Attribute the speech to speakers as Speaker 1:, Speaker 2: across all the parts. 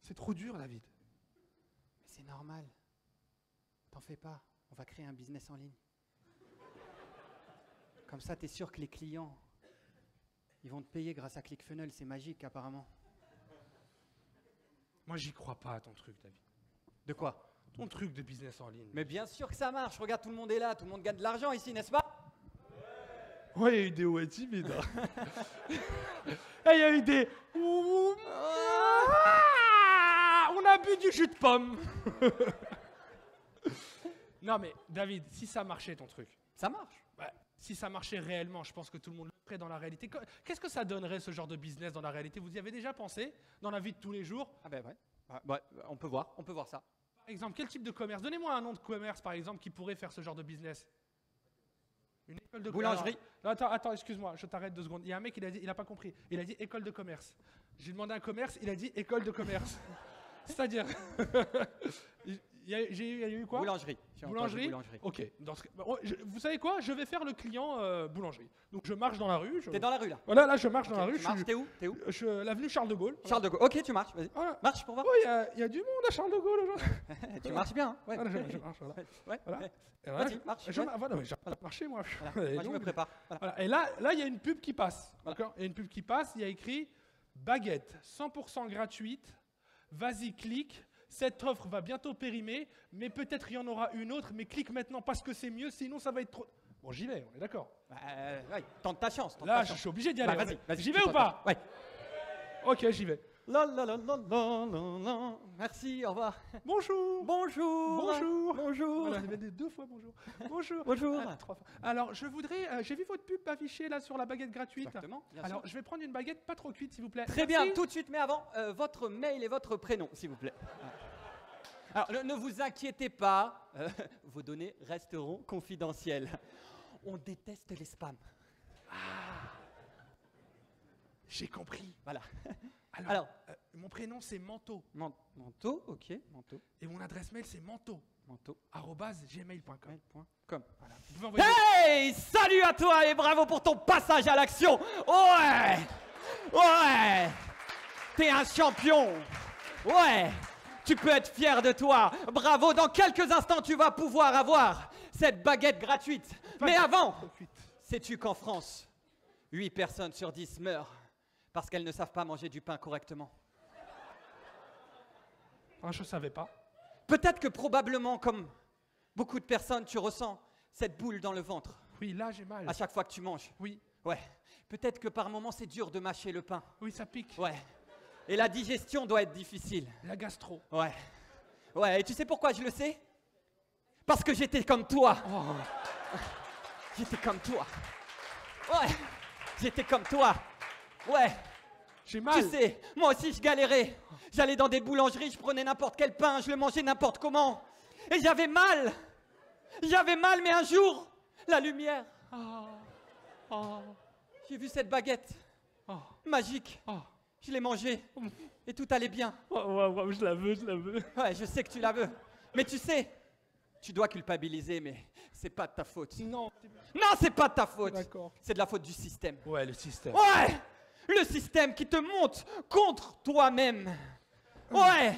Speaker 1: C'est trop dur, David.
Speaker 2: Mais c'est normal. T'en fais pas. On va créer un business en ligne. Comme ça, t'es sûr que les clients, ils vont te payer grâce à ClickFunnels. C'est magique, apparemment.
Speaker 1: Moi, j'y crois pas à ton truc, David.
Speaker 2: De quoi
Speaker 1: Ton truc de business en ligne.
Speaker 2: Mais bien sûr que ça marche. Regarde, tout le monde est là. Tout le monde gagne de l'argent ici, n'est-ce pas
Speaker 1: Ouais, il y a eu des ouais timides. hein. Eh, Il y a eu des. Ouh, ah, On a bu du jus de pomme. non, mais David, si ça marchait ton truc,
Speaker 2: Ça marche.
Speaker 1: bah, si ça marchait réellement, je pense que tout le monde le ferait dans la réalité. Qu- Qu'est-ce que ça donnerait ce genre de business dans la réalité Vous y avez déjà pensé dans la vie de tous les jours
Speaker 2: Ah ben ouais. Ouais, ouais, on peut voir. On peut voir ça.
Speaker 1: Par exemple, quel type de commerce Donnez-moi un nom de commerce, par exemple, qui pourrait faire ce genre de business. Une école de
Speaker 2: Boulangerie.
Speaker 1: Alors, attends, attends, excuse-moi, je t'arrête deux secondes. Il y a un mec, il a dit, il a pas compris. Il a dit école de commerce. J'ai demandé un commerce, il a dit école de commerce. C'est-à-dire, il y a, j'ai eu- il y a eu quoi
Speaker 2: boulangerie. J'ai entendu
Speaker 1: Boulangerie
Speaker 2: boulangerie.
Speaker 1: Ok. Dans ce cas- bah, oh, je- vous savez quoi Je vais faire le client euh, boulangerie. Donc je marche dans la rue. Je...
Speaker 2: T'es dans la rue là.
Speaker 1: Voilà, là je marche dans la
Speaker 2: Ok,
Speaker 1: rue.
Speaker 2: tu
Speaker 1: Je
Speaker 2: marches,
Speaker 1: suis,
Speaker 2: t'es où T'es où
Speaker 1: je suis à l'avenue Charles de Gaulle.
Speaker 2: Charles de Gaulle. Ok, tu marches, vas-y.
Speaker 1: Voilà.
Speaker 2: Marche pour voir.
Speaker 1: Oh, il y, a- il y a du monde à Charles de Gaulle aujourd'hui.
Speaker 2: tu marches bien. hein. Ouais.
Speaker 1: Voilà, oh, ah, je- je marche, voilà.
Speaker 2: Ouais.
Speaker 1: Voilà.
Speaker 2: ouais.
Speaker 1: Et voilà,
Speaker 2: Vas-y,
Speaker 1: je-
Speaker 2: marche,
Speaker 1: je-
Speaker 2: ouais.
Speaker 1: voilà, mais j'ai pas marché, moi.
Speaker 2: Voilà.
Speaker 1: Et
Speaker 2: Moi, je
Speaker 1: donc,
Speaker 2: me prépare. Voilà.
Speaker 1: voilà. Et là, là, il y a une pub qui passe.
Speaker 2: Voilà.
Speaker 1: d'accord Il y a une pub qui passe, il y a écrit baguette 100% gratuite. Vas-y, clique. Cette offre va bientôt périmer, mais peut-être il y en aura une autre. Mais clique maintenant parce que c'est mieux, sinon ça va être trop. Bon, j'y vais, on est d'accord.
Speaker 2: Bah, euh, ouais, tente ta chance. Tente
Speaker 1: Là,
Speaker 2: ta
Speaker 1: je
Speaker 2: chance.
Speaker 1: suis obligé d'y
Speaker 2: Bah,
Speaker 1: aller.
Speaker 2: vas-y, vas-y.
Speaker 1: j'y vais
Speaker 2: tu tentes
Speaker 1: ou
Speaker 2: ta
Speaker 1: pas
Speaker 2: chance. Ouais.
Speaker 1: Ok, j'y vais.
Speaker 2: La, la, la, la, la, la, la. Merci, au revoir.
Speaker 1: Bonjour.
Speaker 2: Bonjour.
Speaker 1: Bonjour.
Speaker 2: Bonjour.
Speaker 1: Voilà, j'ai même dit deux fois bonjour. Bonjour.
Speaker 2: Bonjour.
Speaker 1: Ah, trois fois. Alors, je voudrais. euh, J'ai vu votre pub affichée là sur la baguette gratuite.
Speaker 2: Exactement. bien
Speaker 1: Alors,
Speaker 2: sûr.
Speaker 1: je vais prendre une baguette pas trop cuite, s'il vous plaît.
Speaker 2: Très
Speaker 1: Merci.
Speaker 2: bien, tout de suite, mais avant, euh, votre mail et votre prénom, s'il vous plaît. Ah. Alors, ne- ne vous inquiétez pas, euh, vos données resteront confidentielles. On déteste les spams.
Speaker 1: J'ai compris.
Speaker 2: Voilà.
Speaker 1: Alors,
Speaker 2: Alors,
Speaker 1: euh, mon prénom c'est Manteau
Speaker 2: man- manteau, ok, manteau,
Speaker 1: et mon adresse mail c'est manteau
Speaker 2: manteau,
Speaker 1: gmail.com.
Speaker 2: mail.com.
Speaker 1: Vous pouvez envoyer.
Speaker 2: Hey Salut à toi et bravo pour ton passage à l'action Ouais Ouais T'es un champion Ouais Tu peux être fier de toi Bravo Dans quelques instants, tu vas pouvoir avoir cette baguette gratuite Mais avant, sais-tu qu'en France, 8 personnes sur 10 meurent parce qu'elles ne savent pas manger du pain correctement
Speaker 1: Ah, je savais pas.
Speaker 2: Peut-être que probablement, comme beaucoup de personnes, tu ressens cette boule dans le ventre
Speaker 1: Oui, là j'ai mal.
Speaker 2: à chaque fois que tu manges.
Speaker 1: Oui,
Speaker 2: Ouais. Peut-être que par moments c'est dur de mâcher le pain.
Speaker 1: oui, ça pique.
Speaker 2: Ouais. Et la digestion doit être difficile.
Speaker 1: La gastro.
Speaker 2: Ouais. Ouais. Et tu sais pourquoi je le sais Parce que j'étais comme toi.
Speaker 1: Oh.
Speaker 2: J'étais comme toi. Ouais. J'étais comme toi. Ouais.
Speaker 1: J'ai
Speaker 2: Tu
Speaker 1: mal.
Speaker 2: sais, moi aussi je galérais. J'allais dans des boulangeries, je prenais n'importe quel pain, je le mangeais n'importe comment. Et j'avais mal. J'avais mal, mais un jour, la lumière.
Speaker 1: Ah. Ah.
Speaker 2: J'ai vu cette baguette
Speaker 1: Ah.
Speaker 2: magique.
Speaker 1: Ah.
Speaker 2: Je l'ai mangée et tout allait bien.
Speaker 1: Ouais, ouais, ouais, je la veux, je la veux.
Speaker 2: Ouais, je sais que tu la veux. Mais tu sais, tu dois culpabiliser, mais c'est pas de ta faute.
Speaker 1: Non.
Speaker 2: Non, c'est pas de ta faute.
Speaker 1: D'accord.
Speaker 2: C'est de la faute du système.
Speaker 1: Ouais, le système.
Speaker 2: Ouais Le système qui te monte contre toi-même. Ouais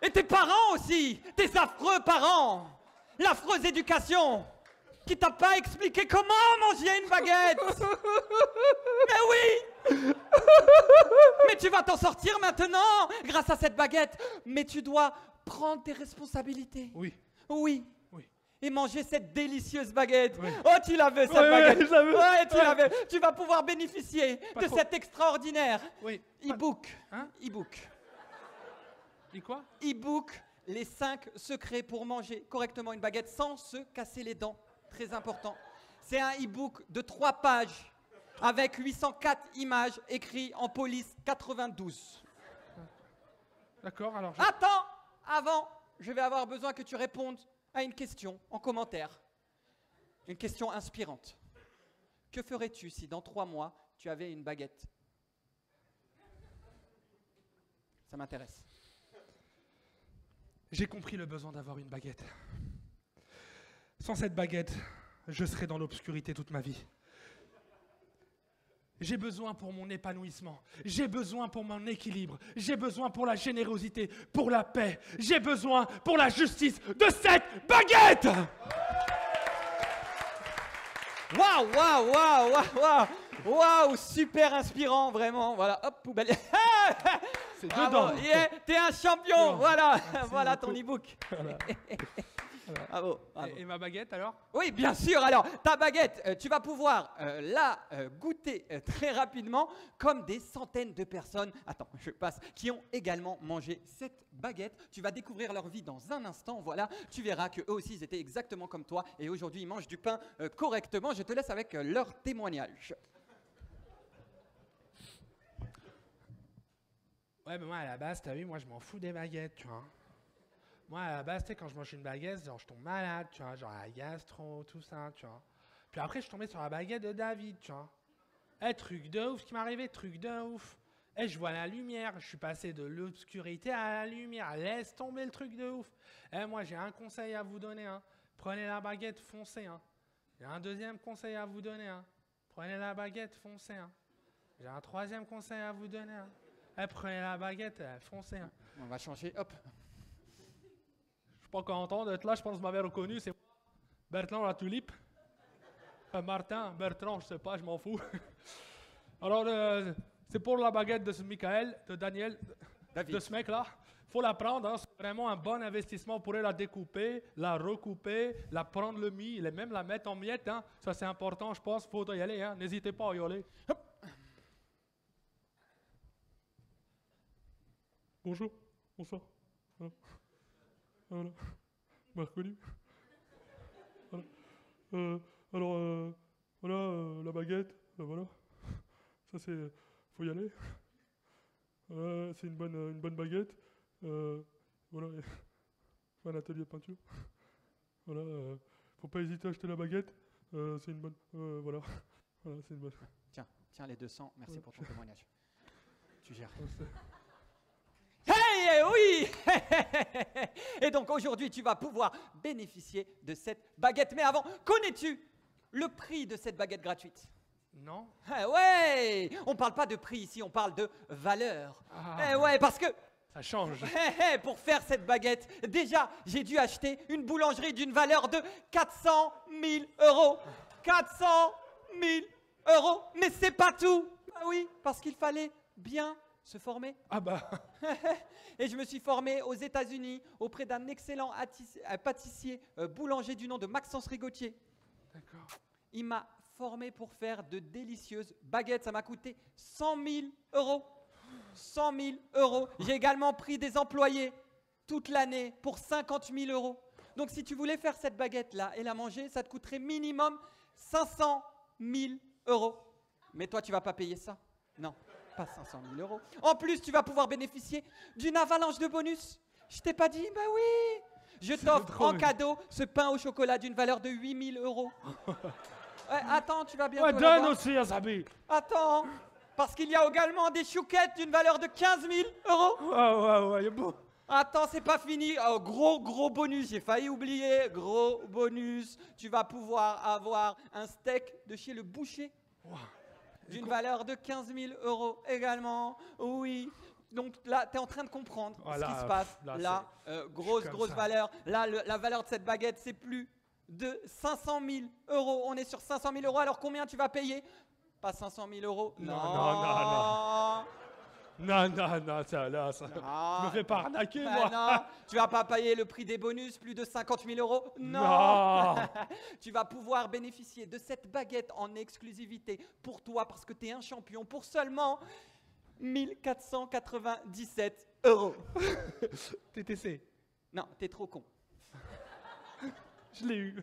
Speaker 2: Et tes parents aussi Tes affreux parents L'affreuse éducation qui t'a pas expliqué comment manger une baguette Mais oui Mais tu vas t'en sortir maintenant grâce à cette baguette Mais tu dois prendre tes responsabilités.
Speaker 1: Oui.
Speaker 2: Oui.
Speaker 1: Oui.
Speaker 2: Et manger cette délicieuse baguette.
Speaker 1: Oui.
Speaker 2: Oh, tu l'avais cette
Speaker 1: Ouais, ouais,
Speaker 2: baguette.
Speaker 1: je l'avais.
Speaker 2: Ouais, tu
Speaker 1: Ouais.
Speaker 2: l'avais. Tu vas pouvoir bénéficier
Speaker 1: Pas
Speaker 2: de
Speaker 1: trop.
Speaker 2: cet extraordinaire
Speaker 1: Oui.
Speaker 2: e-book.
Speaker 1: Hein
Speaker 2: E-book.
Speaker 1: Et quoi
Speaker 2: E-book, les 5 secrets pour manger correctement une baguette sans se casser les dents. Très important. C'est un e-book de 3 pages avec 804 images écrites en police 92.
Speaker 1: D'accord, alors. je-
Speaker 2: Attends, avant, je vais avoir besoin que tu répondes à une question en commentaire. Une question inspirante. Que ferais-tu si dans trois mois tu avais une baguette Ça m'intéresse.
Speaker 1: J'ai compris le besoin d'avoir une baguette. Sans cette baguette, je serais dans l'obscurité toute ma vie. J'ai besoin pour mon épanouissement, j'ai besoin pour mon équilibre, j'ai besoin pour la générosité, pour la paix, j'ai besoin pour la justice de cette baguette
Speaker 2: Waouh, waouh, waouh, waouh, waouh, waouh, super inspirant, vraiment. Voilà, hop, poubelle.
Speaker 1: C'est
Speaker 2: Bravo,
Speaker 1: dedans.
Speaker 2: yeah, t'es un champion,
Speaker 1: Non.
Speaker 2: voilà, voilà ton e-book.
Speaker 1: Voilà.
Speaker 2: Bravo, bravo.
Speaker 1: Et, et ma baguette alors
Speaker 2: Oui, bien sûr. Alors, ta baguette, euh, tu vas pouvoir euh, la euh, goûter euh, très rapidement, comme des centaines de personnes. Attends, je passe. Qui ont également mangé cette baguette. Tu vas découvrir leur vie dans un instant. Voilà, tu verras que eux aussi, ils étaient exactement comme toi, et aujourd'hui, ils mangent du pain euh, correctement. Je te laisse avec euh, leur témoignage.
Speaker 1: Ouais, mais moi à la base, t'as vu, moi je m'en fous des baguettes, tu vois. Moi à la base, tu sais, quand je mange une baguette, genre je tombe malade, tu vois, genre la gastro, tout ça, tu vois. Puis après, je suis tombé sur la baguette de David, tu vois. Eh, truc de ouf ce qui m'est arrivé, truc de ouf. Eh, je vois la lumière, je suis passé de l'obscurité à la lumière, laisse tomber le truc de ouf. Eh, moi j'ai un conseil à vous donner, hein. Prenez la baguette, foncez, hein. J'ai un deuxième conseil à vous donner, hein. Prenez la baguette, foncez, hein. J'ai un troisième conseil à vous donner, hein. Eh, prenez la baguette, euh, foncez. hein.
Speaker 2: On va changer. Hop.
Speaker 1: Je suis pas content d'être là, je pense que vous m'avez reconnu, c'est moi. Bertrand la tulipe. Euh, Martin, Bertrand, je sais pas, je m'en fous. Alors, euh, c'est pour la baguette de ce Michael, de Daniel,
Speaker 2: David.
Speaker 1: de ce mec-là. faut la prendre, hein, c'est vraiment un bon investissement. On pourrait la découper, la recouper, la prendre le mi, et même la mettre en miettes. hein. Ça, c'est important, je pense. faut y aller, hein. n'hésitez pas à y aller. Hop. Bonjour, bonsoir. Voilà. Voilà. Vous m'avez reconnu Voilà. Euh, Alors, euh, voilà, euh, la baguette, euh, voilà. Ça, c'est. Faut y aller. Ouais, c'est une bonne, euh, une bonne baguette. Euh, voilà, et- faut un atelier de peinture. Voilà, euh, faut pas hésiter à acheter la baguette. Euh, c'est une bonne. euh, voilà, voilà, c'est une bonne.
Speaker 2: Tiens, tiens les 200. Merci
Speaker 1: Ouais.
Speaker 2: pour ton témoignage. Tu gères.
Speaker 1: Ouais, c'est-
Speaker 2: Hey, eh oui Et donc aujourd'hui, tu vas pouvoir bénéficier de cette baguette. Mais avant, connais-tu le prix de cette baguette gratuite
Speaker 1: Non
Speaker 2: Ah ouais On parle pas de prix ici, on parle de valeur.
Speaker 1: Ah.
Speaker 2: Eh ouais, parce que
Speaker 1: Ça change.
Speaker 2: eh, eh, pour faire cette baguette, déjà, j'ai dû acheter une boulangerie d'une valeur de 400 000 euros. 400 000 euros Mais c'est pas tout Ah oui, parce qu'il fallait bien se former.
Speaker 1: Ah bah.
Speaker 2: Et je me suis formé aux États-Unis auprès d'un excellent attis- euh, pâtissier euh, boulanger du nom de Maxence Rigotier.
Speaker 1: D'accord.
Speaker 2: Il m'a formé pour faire de délicieuses baguettes. Ça m'a coûté 100 000 euros. 100 000 euros. J'ai également pris des employés toute l'année pour 50 000 euros. Donc si tu voulais faire cette baguette-là et la manger, ça te coûterait minimum 500 000 euros. Mais toi, tu vas pas payer ça. Non, pas 500 000 euros. En plus, tu vas pouvoir bénéficier d'une avalanche de bonus. Je t'ai pas dit, bah oui. Je t'offre
Speaker 1: trop
Speaker 2: en
Speaker 1: bien.
Speaker 2: cadeau ce pain au chocolat d'une valeur de 8 000 euros. Ouais, attends, tu vas bientôt
Speaker 1: Ouais,
Speaker 2: l'avoir.
Speaker 1: donne aussi à Zabi.
Speaker 2: Attends, parce qu'il y a également des chouquettes d'une valeur de 15 000 euros.
Speaker 1: Ouais, ouais, ouais, il est beau.
Speaker 2: Attends, c'est pas fini. Oh, gros, gros bonus, j'ai failli oublier. Gros bonus, tu vas pouvoir avoir un steak de chez le boucher d'une valeur de 15 000 euros également. Oui. Donc là, tu es en train de comprendre
Speaker 1: Ah,
Speaker 2: ce
Speaker 1: là,
Speaker 2: qui se
Speaker 1: pff,
Speaker 2: passe. Là,
Speaker 1: là,
Speaker 2: euh,
Speaker 1: je
Speaker 2: grosse,
Speaker 1: suis comme
Speaker 2: grosse
Speaker 1: ça.
Speaker 2: valeur. Là, le- la valeur de cette baguette, c'est plus de 500 000 euros. On est sur 500 000 euros. Alors combien tu vas payer Pas 500 000 euros.
Speaker 1: Non, non, non, Non, non, non, ça, là, ça.
Speaker 2: Non.
Speaker 1: Je me fais pas arnaquer,
Speaker 2: Ben
Speaker 1: moi.
Speaker 2: non, tu vas pas payer le prix des bonus, plus de 50 000 euros.
Speaker 1: Non.
Speaker 2: tu vas pouvoir bénéficier de cette baguette en exclusivité pour toi parce que tu es un champion pour seulement 1497 euros.
Speaker 1: TTC,
Speaker 2: Non, t'es trop con.
Speaker 1: je l'ai eu.